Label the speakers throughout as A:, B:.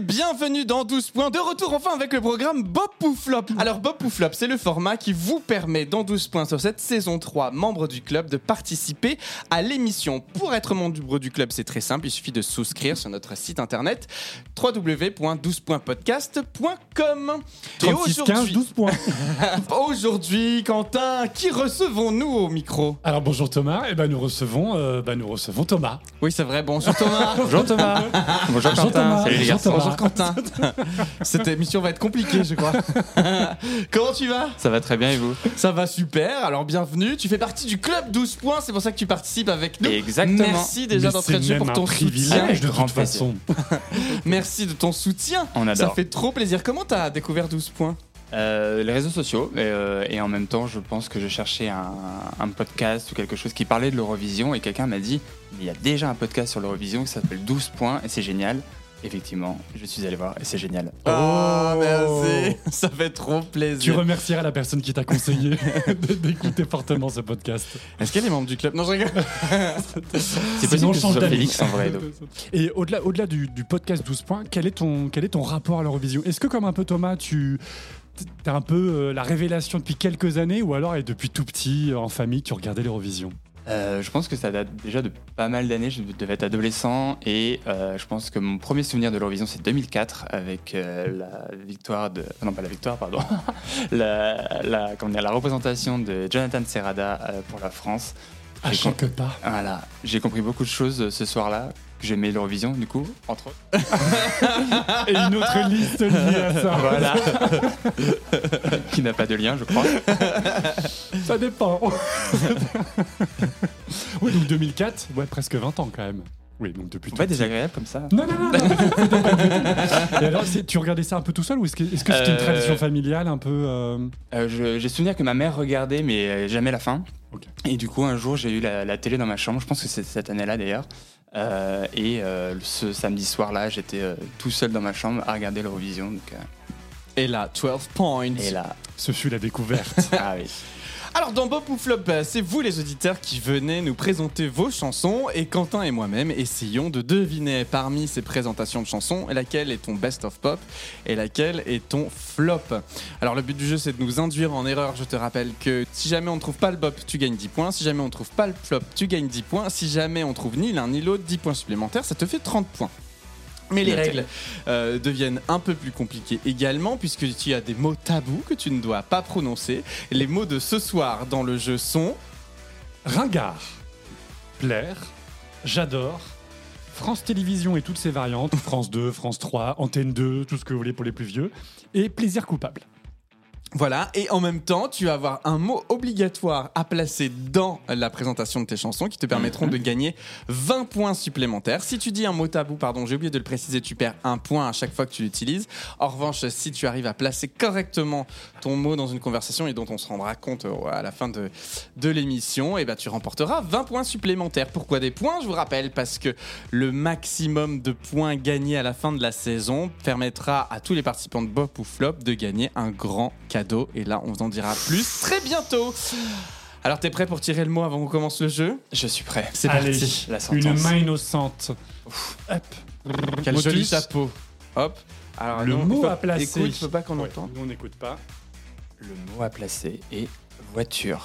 A: Bienvenue dans 12 points, de retour enfin avec le programme Bob ou Flop. Alors Bob ou Flop, c'est le format qui vous permet dans 12 points sur cette saison 3, membre du club, de participer à l'émission. Pour être membre du club, c'est très simple, il suffit de souscrire sur notre site internet www.12.podcast.com. Et
B: 36, 15,
A: aujourd'hui,
B: 12 points.
A: aujourd'hui, Quentin, qui recevons-nous au micro
B: Alors bonjour Thomas, et ben nous recevons, euh, ben, nous recevons Thomas.
A: Oui, c'est vrai, bonjour Thomas.
C: Bonjour Thomas. Bonjour
B: Bonjour Thomas.
C: Salut
B: Bonjour
C: les garçons.
B: Thomas.
A: Bonjour Quentin. Cette émission va être compliquée, je crois. Comment tu vas
C: Ça va très bien et vous
A: Ça va super, alors bienvenue. Tu fais partie du club 12 points, c'est pour ça que tu participes avec nous.
C: Exactement.
A: Merci déjà
B: Mais
A: d'entrée de
B: c'est
A: jeu
B: même
A: pour ton
B: un
A: soutien.
B: privilège de
C: Grand
B: toute façon.
A: Merci de ton soutien.
C: On
A: Ça
C: adore.
A: fait trop plaisir. Comment t'as découvert 12 points
C: Euh, les réseaux sociaux et, euh, et en même temps, je pense que je cherchais un, un podcast ou quelque chose qui parlait de l'Eurovision et quelqu'un m'a dit il y a déjà un podcast sur l'Eurovision qui s'appelle 12 points et c'est génial. Effectivement, je suis allé voir et c'est génial.
A: Ah, merci. Ça fait trop
B: Tu
A: plaisir.
B: remercieras la personne qui t'a conseillé de- d'écouter fortement ce podcast.
A: Est-ce qu'elle est membre du club Non, je rigole.
C: C'est
B: Sinon,
C: possible que ce
B: change
C: soit
B: d'avis.
C: Félix en vrai. donc.
B: Et au-delà au-delà du, du podcast 12 points, quel est ton, quel est ton rapport à l'Eurovision Est-ce que comme un peu Thomas, tu as un peu euh, la révélation depuis quelques années ou alors et depuis tout petit euh, en famille, tu regardais l'Eurovision
C: Euh, je pense que ça date déjà de pas mal d'années. Je devais être adolescent et euh, je pense que mon premier souvenir de l'Eurovision c'est 2004 avec euh, la victoire de non pas la victoire pardon la la, comment dire, la représentation de Jonathan Serrada euh, pour la France.
B: À
C: J'ai com-
B: chaque pas.
C: Voilà, j'ai compris beaucoup de choses euh, ce soir-là. que J'aimais l'Eurovision du coup entre autres.
B: Et une autre liste liée à ça.
C: Voilà. Qui n'a pas de lien je crois.
B: Ça dépend. oui, donc 2004, ouais, presque 20 ans quand même. Oui, donc depuis
C: Faut
B: tout
C: pas être désagréable comme ça.
B: Non, non, non, non. Et alors, c'est- tu regardais ça un peu tout seul ou est-ce que est-ce que c'était une
C: Euh,
B: tradition familiale un peu euh,
C: Euh, je- j'ai souvenir que ma mère regardait, mais euh, jamais la fin.
B: Ok.
C: Et du coup, un jour, j'ai eu la, la télé dans ma chambre. Je pense que c'est cette année-là d'ailleurs. Euh, et euh, ce samedi soir-là, j'étais euh, tout seul dans ma chambre à regarder l'Eurovision. donc, euh,
A: Et là, 12 points.
C: et là,
B: Ce fut la découverte.
C: ah oui.
A: Alors dans Bob ou Flop, euh, c'est vous les auditeurs qui venez nous présenter vos chansons et Quentin et moi-même essayons de deviner parmi ces présentations de chansons laquelle est ton best of pop et laquelle est ton flop. Alors le but du jeu c'est de nous induire en erreur. Je te rappelle que si jamais on ne trouve pas le Bob, tu gagnes 10 points. Si jamais on ne trouve pas le flop, tu gagnes 10 points. Si jamais on trouve ni l'un ni l'autre 10 points supplémentaires, ça te fait 30 points. Mais les
C: Noté.
A: règles euh, deviennent un peu plus compliquées également puisque tu as des mots tabous que tu ne dois pas prononcer. Les mots de ce soir dans le jeu sont
B: Ringard, plaire, j'adore. France Télévisions et toutes ses variantes, France 2, France 3, Antenne 2, tout ce que vous voulez pour les plus vieux, et plaisir coupable.
A: voilà et en même temps tu vas avoir un mot obligatoire à placer dans la présentation de tes chansons qui te permettront de gagner 20 points supplémentaires. Si tu dis un mot tabou, pardon, j'ai oublié de le préciser, tu perds un point à chaque fois que tu l'utilises. En revanche, si tu arrives à placer correctement ton mot dans une conversation et dont on se rendra compte euh, à la fin de, de l'émission, et ben tu remporteras 20 points supplémentaires. Pourquoi des points Je vous rappelle parce que le maximum de points gagnés à la fin de la saison permettra à tous les participants de Bop ou Flop de gagner un grand cadeau. Et là, on vous en dira plus très bientôt. Alors, t'es prêt pour tirer le mot avant qu'on commence le jeu
C: Je suis prêt.
A: C'est
B: Allez,
A: parti.
C: La sentence.
B: Une main innocente. Hop.
A: Quel
B: Motus.
A: joli chapeau. Hop. Alors,
B: Le
A: non,
B: mot
A: faut pas-
B: à placer.
A: Écoute, faut pas qu'on
B: Ouais,
A: entende.
B: nous, on n'écoute pas.
C: Le mot à placer est voiture.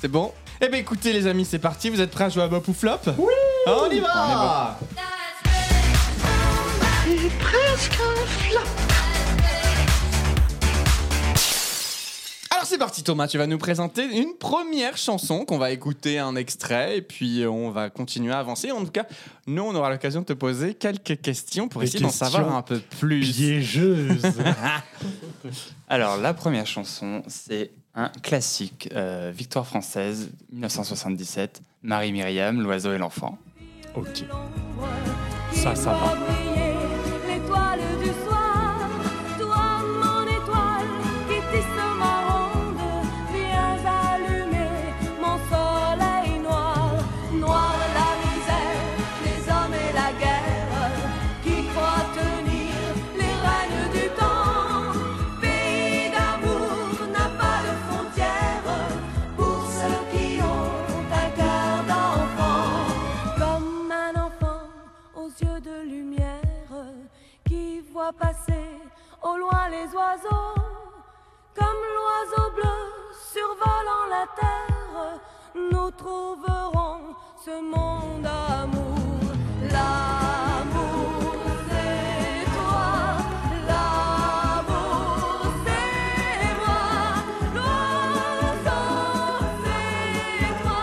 A: C'est bon Eh ben écoutez les amis, c'est parti. Vous êtes prêts à jouer à Bop ou Flop Oui On y va Alors c'est parti Thomas, tu vas nous présenter une première chanson qu'on va écouter un extrait et puis euh, on va continuer à avancer. En tout cas, nous on aura l'occasion de te poser quelques questions pour
B: Des
A: essayer d'en
B: questions
A: savoir un peu plus.
B: Piégeuse.
C: Alors, la première chanson, c'est un classique. euh, Victoire française, 1977. Marie Myriam, L'oiseau et l'enfant.
B: ok. Ça, ça va.
D: L'étoile du soir, toi mon étoile qui tisse ma ronde, viens allumer mon soleil noir, noir la misère, les hommes et la guerre, qui croient tenir les règnes du temps. Pays d'amour n'a pas de frontières pour ceux qui ont un cœur d'enfant, comme un enfant aux yeux de lumière. les oiseaux, comme l'oiseau bleu survolant la terre, nous trouverons ce monde amour. L'amour, c'est toi, l'amour, c'est moi, l'oiseau, c'est toi,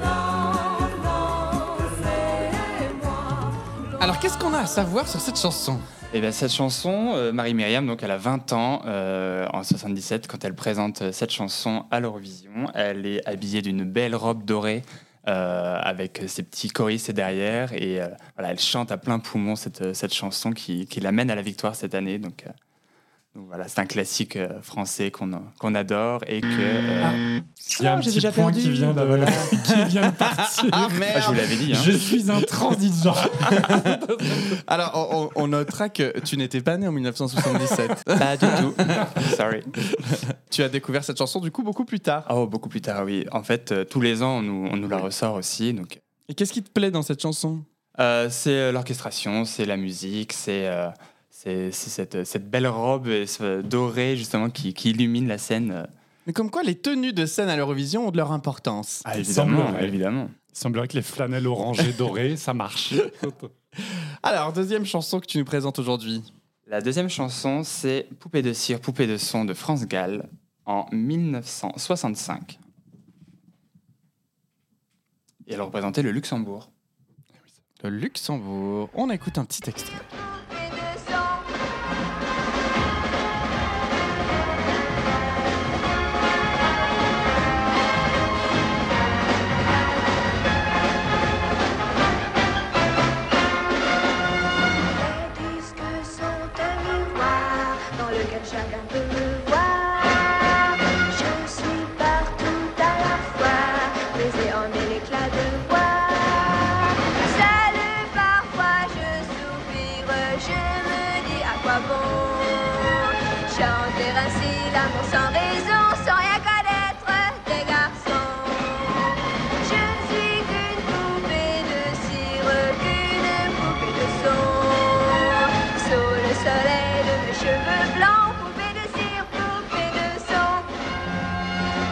D: l'enfant, c'est moi.
A: Alors qu'est-ce qu'on a à savoir sur cette chanson
C: Et Eh bien cette chanson, euh, Marie Myriam, donc elle a 20 ans euh, en 77 quand elle présente euh, cette chanson à l'Eurovision. Elle est habillée d'une belle robe dorée euh, avec ses petits choristes derrière et euh, voilà, elle chante à plein poumon cette, euh, cette chanson qui, qui l'amène à la victoire cette année. Donc, euh, donc voilà, c'est un classique euh, français qu'on qu'on adore et que euh,
B: Il y a un
C: Ah, j'ai
B: petit
C: déjà
B: point
C: perdu.
B: qui vient de, voilà, qui vient de partir.
C: ah, je vous l'avais dit. hein.
B: Je suis un transit genre.
A: Alors on, on- on notera que tu n'étais pas né en 1977.
C: Pas du tout. Sorry.
A: tu as découvert cette chanson du coup beaucoup plus tard.
C: Oh, beaucoup plus tard, oui. En fait, euh, tous les ans, on nous, on nous la ressort aussi. Donc,
A: Et qu'est-ce qui te plaît dans cette chanson
C: Euh, c'est euh, l'orchestration, c'est la musique, c'est euh, c'est- c'est cette, cette belle robe et ce dorée justement qui, qui illumine la scène. euh.
A: Mais comme quoi les tenues de scène à l'Eurovision ont de leur importance.
C: Ah,
B: semble, ouais.
C: évidemment.
B: Il semblerait que les flanelles orangées dorées, ça marche.
A: Alors deuxième chanson que tu nous présentes aujourd'hui.
C: La deuxième chanson, c'est Poupée de cire, poupée de son de France Gall en 1965. Et elle représentait le Luxembourg.
A: Le Luxembourg. On écoute un petit extrait.
D: Et de sang. Les disques sont un miroir dans lequel chacun peut me voir. Je suis partout à la fois, baisé en mille éclats de voix. Salut, parfois je soupire, je me dis à quoi bon chanter ainsi l'amour sans raison, sans rien connaître des garçons. Je suis qu'une poupée de cire, qu'une poupée de son. Sous le soleil de mes cheveux blancs, poupée de cire, poupée de son.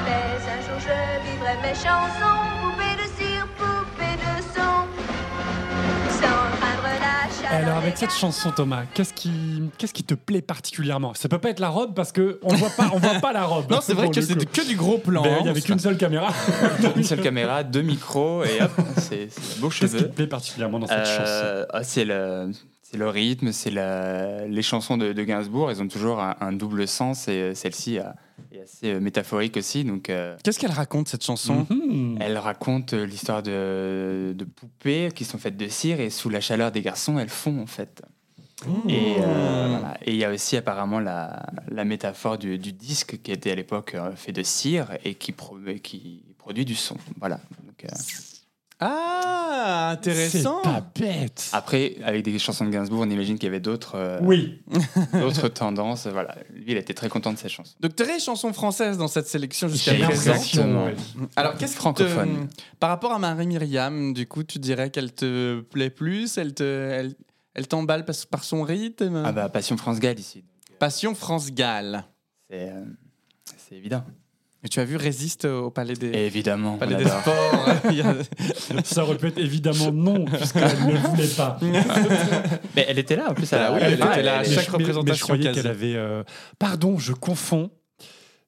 D: Mais un jour je vivrai mes chansons, poupée de cire, poupée de son. Sans craindre la chaleur.
B: Alors
D: des
B: avec cette
D: garçons.
B: chanson Thomas, qu'est-ce qui, qu'est-ce qui te plaît particulièrement Ça peut pas être la robe parce que on voit pas, on voit pas la robe.
A: Non c'est vrai
B: Pour
A: que
B: le
A: c'était
B: coup.
A: que du gros plan.
B: Ben,
A: hein,
B: Il y avait
A: on
B: qu'une seule caméra.
C: Une seule caméra, deux micros et hop, c'est c'est beau
B: Qu'est-ce qui
C: cheveux.
B: te plaît particulièrement dans cette chanson
C: Euh, ah, c'est le c'est le rythme, c'est la- les chansons de, de Gainsbourg, elles ont toujours un, un double sens et euh, celle-ci a- est assez euh, métaphorique aussi. Donc, euh,
A: Qu'est-ce qu'elle raconte cette chanson
B: Mhm.
C: elle raconte euh, l'histoire de, de poupées qui sont faites de cire et sous la chaleur des garçons, elles font en fait. Et euh, voilà. Et il y a aussi apparemment la, la métaphore du, du disque qui était à l'époque euh, fait de cire et qui, pro- et qui produit du son. Voilà. Donc, euh,
A: Ah intéressant.
B: C'est pas bête.
C: Après, avec des chansons de Gainsbourg, on imagine qu'il y avait d'autres. euh,
B: Oui.
C: D'autres tendances, voilà. Lui, il était très content de cette chanson.
A: Donc très chansons françaises dans cette sélection jusqu'à
B: J'ai
A: présent.
C: Exactement.
B: l'impression,
A: Alors qu'est-ce qui te-
C: Francophone.
A: Par rapport à Marie Myriam, du coup, tu dirais qu'elle te plaît plus, elle te, elle, elle t'emballe parce- par son rythme.
C: Ah bah, Passion France Gall ici.
A: Passion France Galles.
C: C'est euh, c'est évident.
A: Et tu as vu Résiste au Palais des.
C: évidemment.
A: Palais
C: on
A: des
C: adore.
A: sports. Il y a-
B: ouais. Ça aurait pu être évidemment non puisqu'elle ne voulait pas.
C: Mais elle était là en plus.
A: Ah
C: la-
A: oui,
C: la
A: elle
C: fin,
A: était là à
B: Mais
A: chaque
B: je- mais- mais
A: représentation
B: je croyais
A: quasi.
B: qu'elle avait. euh, Pardon, je confonds.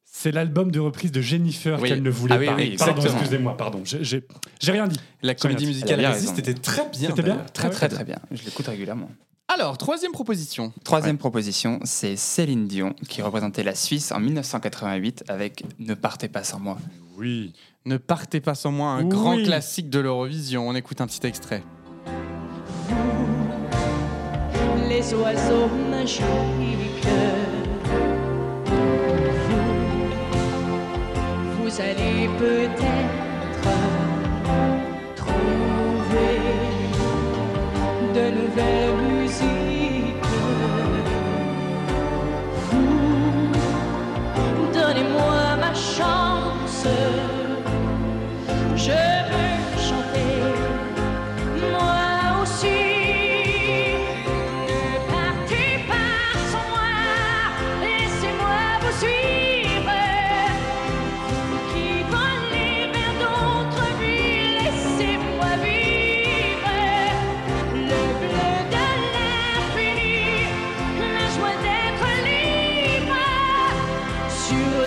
B: C'est l'album de reprise de Jennifer
A: Oui.
B: qu'elle ne voulait
C: Ah oui,
B: pas.
C: oui,
B: pardon,
C: exactement.
B: excusez-moi, pardon. J'ai- J'ai j'ai rien dit.
A: La comédie
B: Elle a
A: musicale
C: bien
A: Résiste
C: raison.
A: était très bien.
B: C'était bien
A: d'ailleurs.
C: Très très très bien. Je l'écoute régulièrement.
A: Alors troisième proposition.
C: Troisième proposition, c'est Céline Dion qui représentait la Suisse en 1988 avec Ne partez pas sans moi.
B: Oui.
A: Ne partez pas sans moi, un
B: Oui.
A: grand classique de l'Eurovision. On écoute un petit extrait.
E: les oiseaux magiques. Vous, vous allez peut-être trouver de nouvelles musiques. Vous, donnez-moi ma chance. Je veux chanter, moi aussi. Ne partez pas sans moi,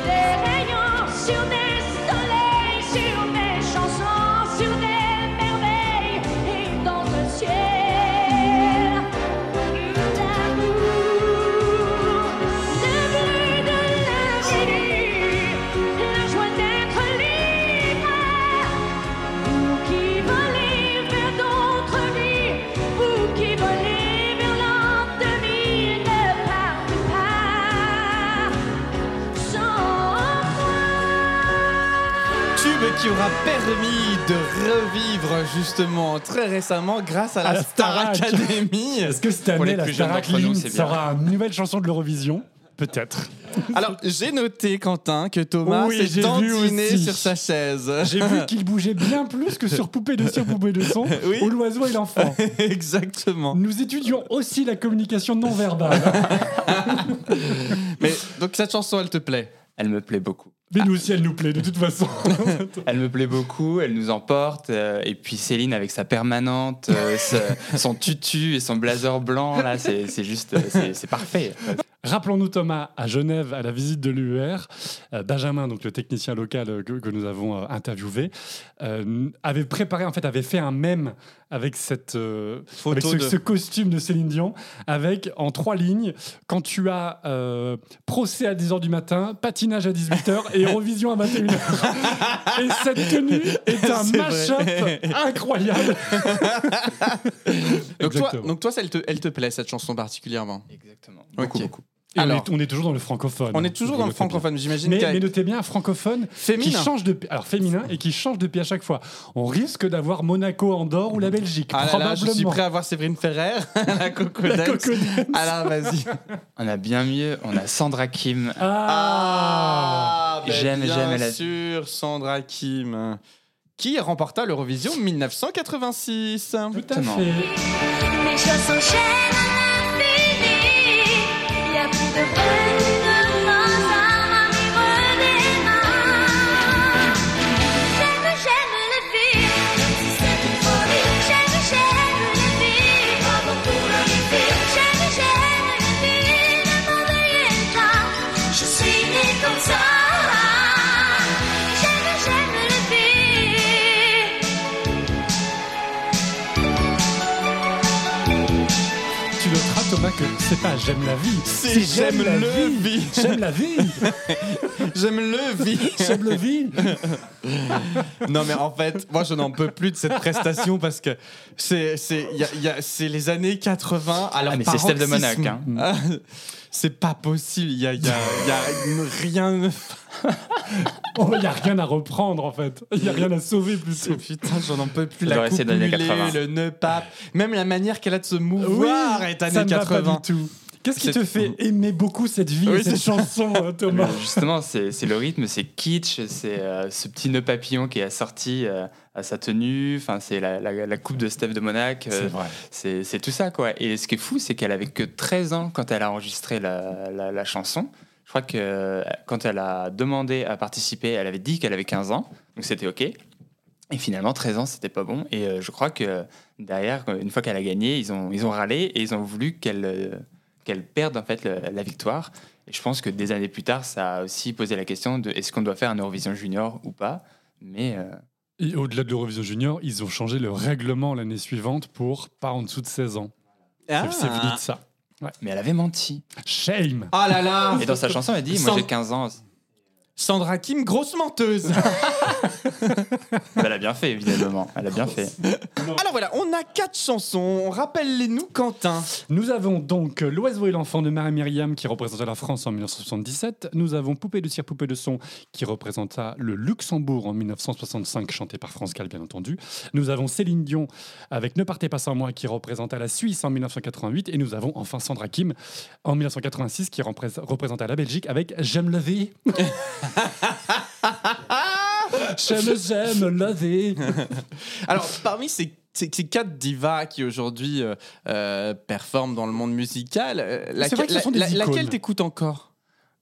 E: des rayons, sur des soleils, sur des chansons, sur des merveilles et dans un ciel d'amour. Le bleu de l'infini, la joie d'être libre. Vous qui volez vers d'autres vies, vous qui volez vers l'an-demi, ne partez pas sans moi.
A: Tube qui aura permis de revivre justement très récemment grâce à la,
B: À la
A: Star
B: Star Ac-
A: Academy.
B: Est-ce que cette
C: Pour
B: année,
C: les
B: la
C: plus jeunes
B: Starac
C: d'entre nous,
B: Lynn
C: c'est bien.
B: sera une nouvelle chanson de l'Eurovision Peut-être.
A: Alors j'ai noté Quentin que Thomas
B: Oui,
A: s'est
B: j'ai vu
A: tantiné
B: aussi.
A: sur sa chaise.
B: J'ai vu qu'il bougeait bien plus que sur Poupée de cire, Poupée de son,
A: Oui.
B: ou l'oiseau et l'enfant.
A: Exactement.
B: Nous étudions aussi la communication non verbale.
A: Mais donc cette chanson elle te plaît
C: Elle me plaît beaucoup.
B: Mais nous aussi, elle nous plaît, de toute façon.
C: Elle me plaît beaucoup, elle nous emporte. euh, et puis Céline avec sa permanente, euh, ce- son tutu et son blazer blanc, là, c'est c'est juste, euh, c'est c'est parfait.
B: Rappelons-nous Thomas à Genève à la visite de l'UR. Euh, Benjamin, donc le technicien local euh, que, que nous avons euh, interviewé, euh, avait préparé en fait avait fait un mème avec cette euh,
A: Photo
B: avec ce,
A: de-
B: ce costume de Céline Dion avec en trois lignes quand tu as euh, procès à 10h du matin, patinage à 18h et revision à 21h. et cette tenue est un
A: C'est vrai.
B: mash-up incroyable.
A: Donc toi,
B: Exactement.
A: donc toi, ça, elle te, elle te plaît cette chanson particulièrement.
C: Exactement.
A: Beaucoup,
B: Et on,
A: Alors-
B: est, on est toujours dans le francophone. hein,
A: On est toujours dans le
B: Notez bien.
A: francophone, j'imagine.
B: Mais,
A: qu'elle-
B: mais notez bien, francophone,
A: Féminin.
B: qui change de pi- alors féminin et qui change de pays à chaque fois. On risque d'avoir Monaco, Andorre ou la Belgique
A: Ah là
B: probablement.
A: là, je suis prêt à voir Séverine Ferrer, la
B: La
A: cocodette.
B: Cocodette.
A: Alors vas-y.
C: On a bien mieux, on a Sandra Kim.
B: Ah,
A: ben
C: J'aime,
A: bien
C: j'aime la-
A: sûr, Sandra Kim, qui remporta l'Eurovision 1986.
B: tout à
C: Exactement.
B: fait.
E: Les choses s'enchaînent à l'infini. Il y a plus de peine de mort à ma redémarre. J'aime, j'aime la vie. Si c'est une folie, j'aime, j'aime la vie. Avant tout le désir, j'aime, j'aime la vie. Ne m'envoyez pas, je suis né comme ça. J'aime, j'aime la vie.
B: Tu noteras Thomas que c'est pas j'aime la vie,
A: C'est
B: j'aime
A: j'aime
B: la
A: le
B: vie.
A: vie.
B: J'aime la vie,
A: J'aime le vie.
B: j'aime la vie.
A: Non mais en fait, moi je n'en peux plus de cette prestation parce que c'est c'est il y a- il y a- c'est les années 80 à leur
C: Ah, mais c'est Steph de
A: paroxysme.
C: Monac, hein.
A: Ah, c'est pas possible, il y a, il y a- il y a une- rien de
B: Oh, il y a rien à reprendre en fait. Il y a rien à sauver plutôt.
A: putain, j'en en peux plus
C: J'aurais
A: la coupe
C: essayé dans les années
A: mulet,
C: 80.
A: le nœud pape, même la manière qu'elle a de se mouvoir est
B: ça
A: années
B: ne va
A: 80.
B: pas du tout. Qu'est-ce qui
A: C'est-
B: te fait aimer beaucoup cette vie
A: Oui,
B: et
A: c'est
B: cette
A: ça.
B: chanson, euh, Thomas
C: Justement, c'est c'est le rythme, c'est kitsch, c'est euh, ce petit nœud papillon qui est assorti euh, à sa tenue, enfin, c'est la, la- la coupe de Steph de Monac. euh,
B: vrai.
C: C'est c'est tout ça, quoi. Et ce qui est fou, c'est qu'elle avait que 13 ans quand elle a enregistré la, la- la chanson. Je crois que euh, quand elle a demandé à participer, elle avait dit qu'elle avait 15 ans, donc c'était OK. Et finalement, 13 ans, c'était pas bon. Et euh, je crois que derrière, une fois qu'elle a gagné, ils ont, ils ont râlé et ils ont voulu qu'elle euh, qu'elle perde en fait le- la victoire. Et je pense que des années plus tard, ça a aussi posé la question de est-ce qu'on doit faire un Eurovision Junior ou pas. Mais euh,
B: Et au-delà de l'Eurovision Junior, ils ont changé le règlement l'année suivante pour pas en dessous de 16 ans.
A: Ah.
B: C'est fini de ça.
C: mais elle avait menti.
B: Shame
A: Ah là là
C: Et dans sa chanson, elle dit Moi
A: Sans-
C: j'ai 15 ans.
A: Sandra Kim, grosse menteuse
C: Ah Bah, elle a bien fait, évidemment. Elle a bien fait.
A: Alors voilà, on a quatre chansons, rappelle-les-nous Quentin.
B: Nous avons donc euh, L'Oiseau et l'Enfant de Marie-Myriam qui représenta la France en 1977. Nous avons Poupée de cire, Poupée de son qui représenta le Luxembourg en 1965, chanté par France Gall bien entendu. Nous avons Céline Dion avec Ne partez pas sans moi qui représenta la Suisse en 1988. Et nous avons enfin Sandra Kim en 1986 qui représ- représenta la Belgique avec J'aime la vie. j'aime, j'aime la vie.
A: Alors, parmi ces, ces- ces quatre divas qui aujourd'hui euh, euh, performent dans le monde musical, euh, laquelle,
B: vrai que ce sont des icônes.
A: laquelle t'écoutes encore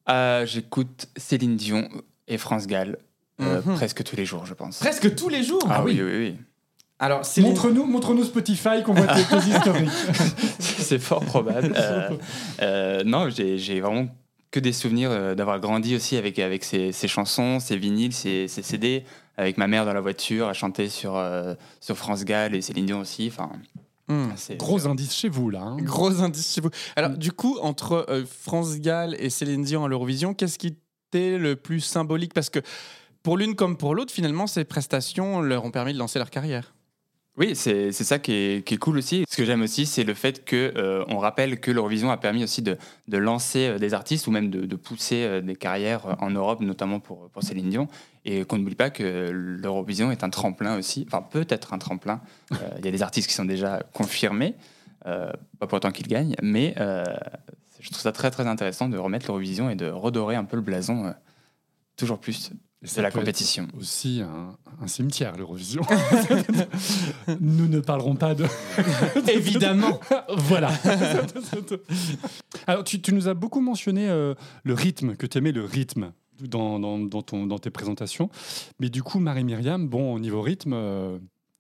C: Euh, J'écoute Céline Dion et France Gall euh,
A: Mhm.
C: presque tous les jours, je pense.
A: Presque tous les jours
C: Ah oui, oui, oui.
A: Alors, Céline-
B: Montre-nous, montre-nous Spotify qu'on voit tes, tes historiques.
C: C'est fort probable. Euh, euh, non, j'ai j'ai vraiment que des souvenirs euh, d'avoir grandi aussi avec, avec ces, ces chansons, ces vinyles, ces, ces CD, avec ma mère dans la voiture à chanter sur, euh, sur France Gall et Céline Dion aussi. Enfin,
B: Ah,
A: Hmm.
C: c'est-
B: Gros indice chez vous, là. hein.
A: Gros indice chez vous. Alors, du coup, entre euh, France Gall et Céline Dion à l'Eurovision, qu'est-ce qui était le plus symbolique Parce que pour l'une comme pour l'autre, finalement, ces prestations leur ont permis de lancer leur carrière.
C: Oui, c'est c'est ça qui est, qui est cool aussi. Ce que j'aime aussi, c'est le fait que euh, on rappelle que l'Eurovision a permis aussi de, de lancer euh, des artistes ou même de, de pousser euh, des carrières euh, en Europe, notamment pour, pour Céline Dion. Et qu'on n'oublie pas que l'Eurovision est un tremplin aussi, enfin peut être un tremplin. Euh, Il y a des artistes qui sont déjà confirmés, euh, pas pour autant qu'ils gagnent, mais euh, je trouve ça très très intéressant de remettre l'Eurovision et de redorer un peu le blason euh, toujours plus
B: Et
C: de
B: ça
C: la
B: peut être
C: compétition.
B: Aussi un, un cimetière, l'Eurovision. Nous ne parlerons pas de.
A: Évidemment
B: voilà. Alors, tu, tu nous as beaucoup mentionné euh, le rythme, que tu aimais le rythme dans, dans, dans ton, dans tes présentations. Mais du coup, Marie-Myriam, bon, au niveau rythme, euh,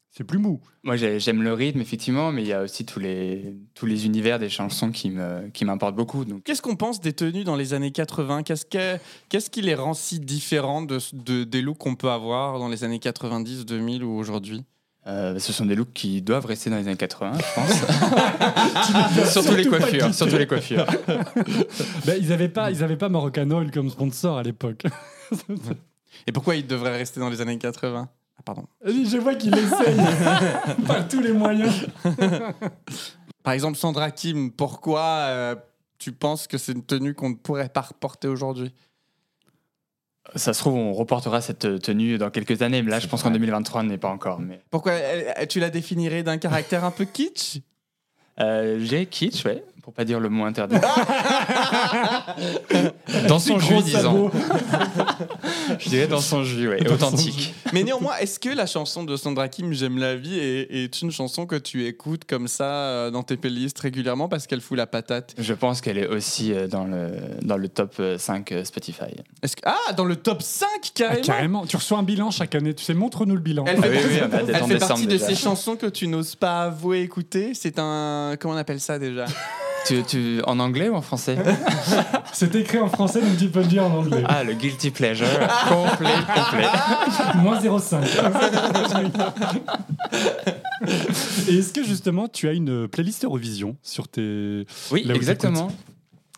B: c'est plus mou.
C: Moi, j'ai- j'aime le rythme, effectivement, mais il y a aussi tous les, tous les univers des chansons qui me- qui m'importent beaucoup. Donc,
A: Qu'est-ce qu'on pense des tenues dans les années 80 Qu'est-ce que- qu'est-ce qui les rend si différents de, de- des looks qu'on peut avoir dans les années 90, 2000 ou aujourd'hui
C: euh, ce sont des looks qui doivent rester dans les années 80, je pense. surtout, les
B: surtout pas
C: coiffures,
B: quitter.
C: surtout les coiffures.
B: Ben, ils n'avaient pas, ils avaient pas Moroccanol comme sponsor à l'époque.
A: Et pourquoi ils devraient rester dans les années 80 Ah, pardon.
B: Je vois qu'il essaye par tous les moyens.
A: Par exemple, Sandra Kim, pourquoi euh, tu penses que c'est une tenue qu'on ne pourrait pas reporter aujourd'hui
C: Ça se trouve, on reportera cette tenue dans quelques années, mais là, je pense qu'en 2023, on n'est pas encore. Mais...
A: Pourquoi euh, tu la définirais d'un caractère un peu kitsch
C: Euh, j'ai kitsch, ouais, pour pas dire le mot interdit. dans son jus, disons. Je dirais dans son jus, ouais,
B: Dans son
C: authentique.
A: Mais néanmoins, est-ce que la chanson de Sandra Kim, J'aime la vie, est, est une chanson que tu écoutes comme ça euh, dans tes playlists régulièrement parce qu'elle fout la patate
C: Je pense qu'elle est aussi euh, dans le, dans le top euh, 5 euh, Spotify.
A: Est-ce que... Ah, dans le top 5
B: Ah,
A: carrément,
B: carrément, tu reçois un bilan chaque année. Tu sais, montre-nous le bilan.
A: Elle fait,
C: Ah oui,
A: partie-
C: oui, on a
A: elle
C: peut-être en
A: fait
C: décembre
A: partie de
C: déjà.
A: ces chansons que tu n'oses pas avouer écouter. C'est un. Comment on appelle ça déjà
C: Tu, tu, en anglais ou en français
B: C'est écrit en français, donc tu peux le dire en anglais.
C: Ah, le guilty pleasure complet, complet. Ah
B: Moins 0,5. Et est-ce que justement tu as une playlist Eurovision sur tes.
C: Oui,
B: Là où
C: exactement.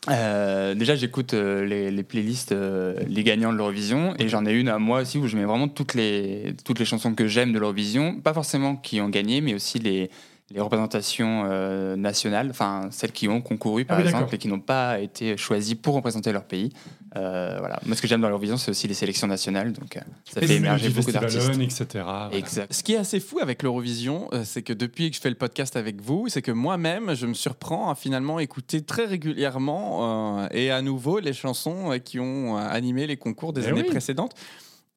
C: Euh, déjà, j'écoute euh, les, les playlists, euh, les gagnants de l'Eurovision, et j'en ai une à moi aussi où je mets vraiment toutes les, toutes les chansons que j'aime de l'Eurovision, pas forcément qui ont gagné, mais aussi les, les représentations euh, nationales, enfin celles qui ont concouru par
B: Ah oui, d'accord.
C: exemple et qui n'ont pas été choisies pour représenter leur pays. Euh, voilà. Moi, ce que j'aime dans l'Eurovision, c'est aussi les sélections nationales, donc euh, ça fait émerger beaucoup d'artistes.
B: Festivalen, etc. voilà.
C: Exact.
A: Ce qui est assez fou avec l'Eurovision, euh, c'est que depuis que je fais le podcast avec vous, c'est que moi-même, je me surprends à finalement écouter très régulièrement euh, et à nouveau les chansons euh, qui ont euh, animé les concours des
B: Eh
A: années
B: oui.
A: précédentes.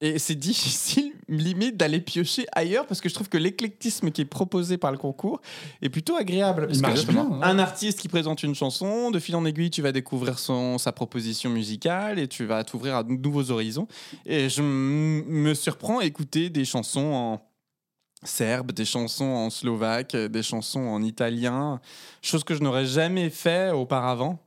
A: Et c'est difficile, limite, d'aller piocher ailleurs parce que je trouve que l'éclectisme qui est proposé par le concours est plutôt agréable. Parce
B: Il
A: que
B: marche bien. hein.
A: un artiste qui présente une chanson, de fil en aiguille, tu vas découvrir son, sa proposition musicale et tu vas t'ouvrir à de nouveaux horizons. Et je m- me surprends à écouter des chansons en serbe, des chansons en slovaque, euh, des chansons en italien, chose que je n'aurais jamais fait auparavant.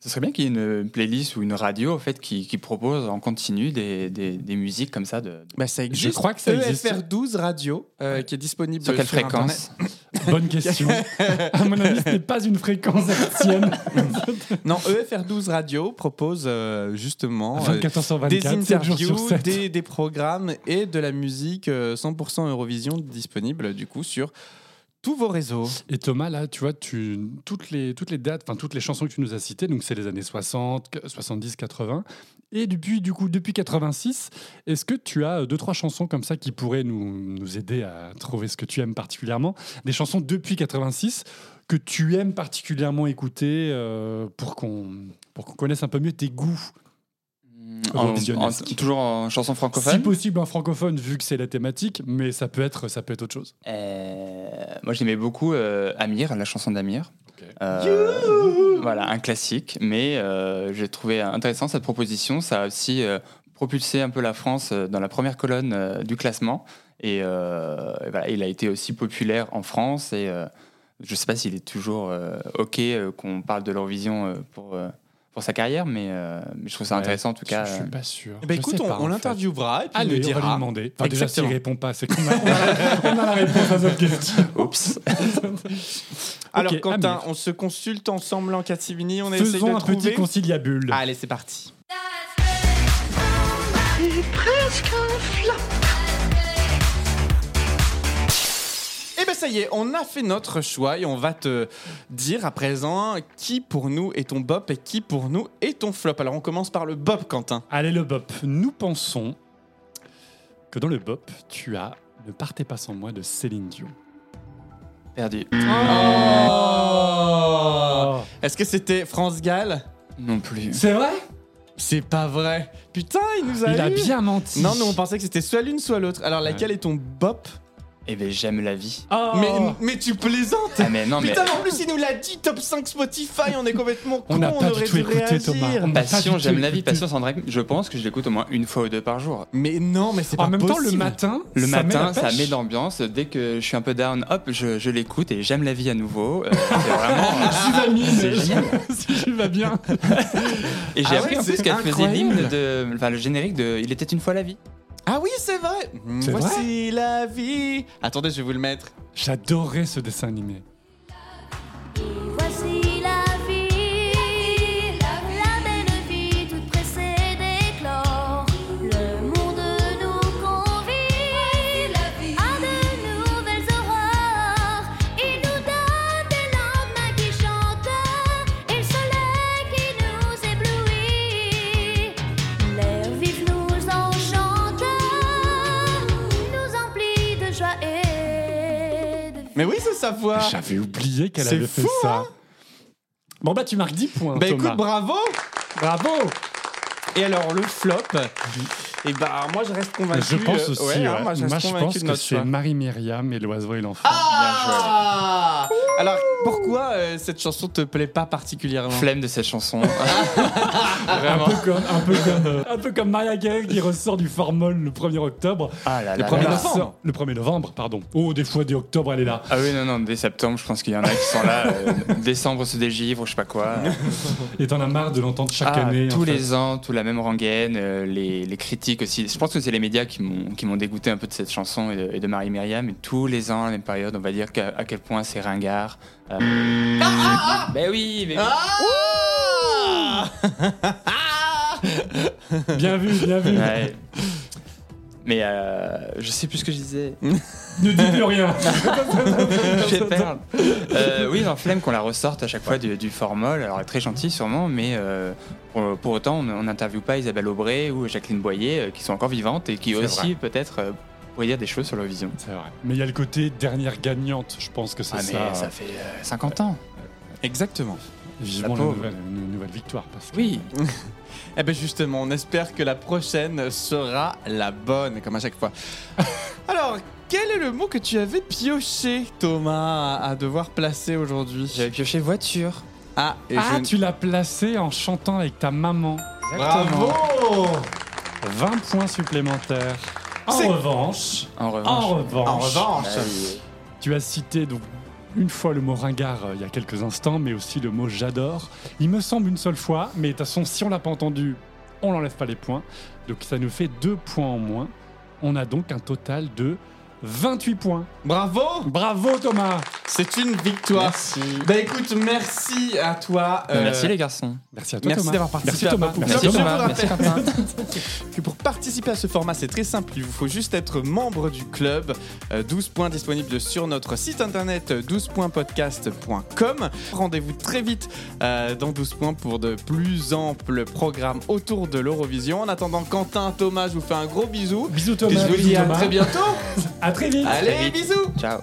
C: Ce serait bien qu'il y ait une playlist ou une radio en fait, qui, qui propose en continu des, des, des musiques comme ça. De,
A: Bah, ça existe.
B: Je crois que ça
C: E
B: existe.
A: EFR12 Radio, euh, qui est disponible
C: sur quelle
A: Internet.
C: fréquence
B: Bonne question. à mon avis, ce n'est pas une fréquence hertzienne.
A: Non, E EFR12 Radio propose euh,
C: Oh,
A: justement... euh,
B: 24 sur 24,
A: des
B: 7 jours sur
A: interviews,
B: 7.
A: des, des programmes et de la musique euh, 100% Eurovision disponible du coup sur tous vos réseaux.
B: Et Thomas, là, tu vois, tu, toutes, les, toutes les dates, enfin toutes les chansons que tu nous as citées, donc c'est les années 60, que- 70, 80. Et depuis, du coup, depuis 86, est-ce que tu as euh, deux, trois chansons comme ça qui pourraient nous, nous aider à trouver ce que tu aimes particulièrement Des chansons depuis 86 que tu aimes particulièrement écouter euh, pour qu'on pour qu'on connaisse un peu mieux tes goûts,
C: En- en-
B: Eurovisionnesque.
C: Toujours en chanson
B: si
C: francophone
B: possible en francophone vu que c'est la thématique, mais ça peut être ça peut être autre chose.
C: Euh, Moi j'aimais beaucoup euh, Amir, la chanson d'Amir.
B: Ok.
C: Euh, voilà, un classique, mais euh, j'ai trouvé intéressant cette proposition. Ça a aussi euh, propulsé un peu la France euh, dans la première colonne euh, du classement. Et, euh, et voilà, il a été aussi populaire en France. Et euh, je sais pas s'il est toujours euh, OK euh, qu'on parle de l'Eurovision euh, pour. euh, pour sa carrière, mais, euh, mais je trouve ça
B: Ouais.
C: intéressant en tout cas.
B: Je
C: euh,
B: suis pas sûr.
A: Eh ben,
B: Je
A: écoute,
B: sais
A: on,
B: pas,
A: on
B: en fait.
A: l'interviewera et puis
B: Allez,
A: il nous
B: on va lui
A: dira.
B: demander. Enfin, déjà, s'il
A: Exactement.
B: répond pas, c'est qu'on a, on a- on a la réponse à notre question.
C: Oups.
A: Alors,
B: Ok,
A: Quentin,
B: Amir.
A: on se consulte ensemble en Catimini, on essaye de
B: Faisons un
A: trouver.
B: petit conciliabule.
A: Allez, c'est parti. Eh ben ça y est, on a fait notre choix et on va te dire à présent qui pour nous est ton bop et qui pour nous est ton flop. Alors on commence par le bop, Quentin.
B: Allez, le bop. Nous pensons que dans le bop, tu as Ne partez pas sans moi de Céline Dion.
C: euh, Perdu.
B: Oh.
A: Est-ce que c'était France Gall
C: Non plus.
B: C'est vrai
A: C'est pas vrai. Putain, il nous a
B: Il a
A: eu.
B: bien menti.
A: Non, nous on pensait que c'était soit l'une soit l'autre. Alors laquelle est ton bop
C: Eh ben j'aime la vie.
B: Oh.
A: mais, mais tu plaisantes
C: Ah mais non mais
A: Putain, en plus il nous l'a dit, top 5 Spotify, on est complètement con,
B: On n'a pas
A: aurait
B: du tout
A: dû
B: écouté,
A: réagir.
B: Thomas. On n'a pas
C: Passion,
B: du tout
C: j'aime la vie,
B: écouté.
C: Passion Sandra. Je pense que je l'écoute au moins une fois ou deux par jour.
A: Mais non, mais c'est pas
B: En même temps,
A: possible.
B: le matin,
C: Le
B: ça met
C: matin,
B: la
C: ça
B: pêche.
C: met l'ambiance. Dès que je suis un peu down, hop, je, je l'écoute et j'aime la vie à nouveau. Euh, c'est vraiment.
B: Si va bien,
C: C'est génial.
B: si tu vas bien.
C: Et j'ai
A: Ah
C: appris
A: ouais,
C: en plus
A: c'est
C: qu'elle faisait
A: incroyable.
C: l'hymne de. Enfin, le générique de Il était une fois la vie.
A: Ah oui, c'est vrai.
B: C'est
A: Voici la vie. Attendez, je vais vous le mettre.
B: J'adorais ce dessin animé.
E: Voici la vie, la belle vie toute pressée d'éclore. Le monde nous convie à de nouvelles aurores. Il nous donne des lendemains qui chantent et le soleil qui nous éblouit. L'air vif nous enchante, nous emplit de joie et de vie.
A: Mais oui, c'est sa voix.
B: J'avais oublié qu'elle
A: C'est
B: avait fait
A: fou,
B: ça. hein. bon, bah, tu marques 10 points.
A: Bah
B: Thomas.
A: écoute, bravo.
B: bravo
A: Et alors le flop. Et bah moi je reste convaincu.
B: Je pense
A: euh,
B: aussi.
A: ouais,
B: ouais.
A: hein, moi je reste convaincu
B: pense
A: de
B: que
A: notre
B: c'est
A: choix.
B: Marie-Myriam et l'oiseau et l'enfant.
A: Ah Alors pourquoi euh, cette chanson te plaît pas particulièrement
C: Flemme de cette chanson.
B: Ah un, peu comme, un, peu comme, euh, un peu comme Maria Carey qui ressort du formol le 1er octobre.
C: ah là là.
A: Le premier
C: là.
B: Elle
A: novembre.
B: ressort- Le 1er novembre, pardon. Oh, des fois, dès octobre, elle est là.
C: Ah oui, non, non, dès septembre, je pense qu'il y en a qui sont là. euh, décembre se dégivre, je sais pas quoi.
B: Et t'en as marre de l'entendre chaque
C: Ah,
B: année. en
C: tous
B: fait.
C: les ans, tout la même rengaine, euh, les, les critiques aussi. Je pense que c'est les médias qui m'ont qui m'ont dégoûté un peu de cette chanson et de, et de Marie Myriam. Et tous les ans, à la même période, on va dire qu'à- à, quel point c'est ringard. Euh, ben oui, mais
A: Ah
B: Bien vu, bien vu.
C: Ouais. Mais euh, je sais plus ce que je disais.
B: Ne dis plus rien.
C: J'ai peur. Euh, oui, non, flemme qu'on la ressorte à chaque fois du, du formol. Alors, elle est très gentille sûrement, mais euh, pour, pour autant, on on n'interviewe pas Isabelle Aubray ou Jacqueline Boyer, euh, qui sont encore vivantes et qui
A: C'est
C: aussi, peut-être, euh, pourraient dire des choses sur l'Eurovision.
B: C'est vrai. Mais il y a le côté dernière gagnante, je pense que c'est
C: Ah,
B: ça.
C: mais ça, fait euh, 50 ans.
A: Exactement.
B: Vivement
C: la
B: la,
C: pauvre.
B: nouvelle, une nouvelle victoire. Parce que-
C: Oui.
A: Eh ben justement, on espère que la prochaine sera la bonne, comme à chaque fois. Alors, quel est le mot que tu avais pioché, Thomas, à devoir placer aujourd'hui
C: J'avais pioché voiture.
A: Ah, et
B: Ah,
A: je-
B: tu l'as placé en chantant avec ta maman.
A: Bravo
B: 20 points supplémentaires. En
A: C'est-
B: revanche,
C: En
B: en
C: revanche.
B: revanche,
A: En revanche,
B: tu as cité donc une fois le mot ringard euh, il y a quelques instants, mais aussi le mot j'adore. Il me semble une seule fois, mais de toute façon, si on l'a pas entendu, on l'enlève pas les points. Donc ça nous fait deux points en moins. On a donc un total de 28 points.
A: bravo
B: Bravo Thomas
A: C'est une victoire.
C: Merci.
A: Bah écoute, merci à toi. euh,
C: Merci les garçons.
B: Merci à toi
A: Merci
B: Thomas.
A: d'avoir participé
B: Merci
A: à
B: Thomas.
A: Papou.
B: Merci
A: Merci
B: Thomas.
A: Thomas. vous
C: Merci Quentin.
A: que pour participer à ce format, c'est très simple. Il vous faut juste être membre du club. Euh, 12 points disponibles sur notre site internet euh, 12.podcast.com. Rendez-vous très vite euh, dans 12 points pour de plus amples programmes autour de l'Eurovision. En attendant, Quentin, Thomas, je vous fais un gros bisou.
B: Bisous
A: Et
B: Thomas.
A: je vous
B: Bisous,
A: dis à
B: Thomas.
A: très bientôt.
B: À très vite.
A: Allez, bisous
C: Ciao.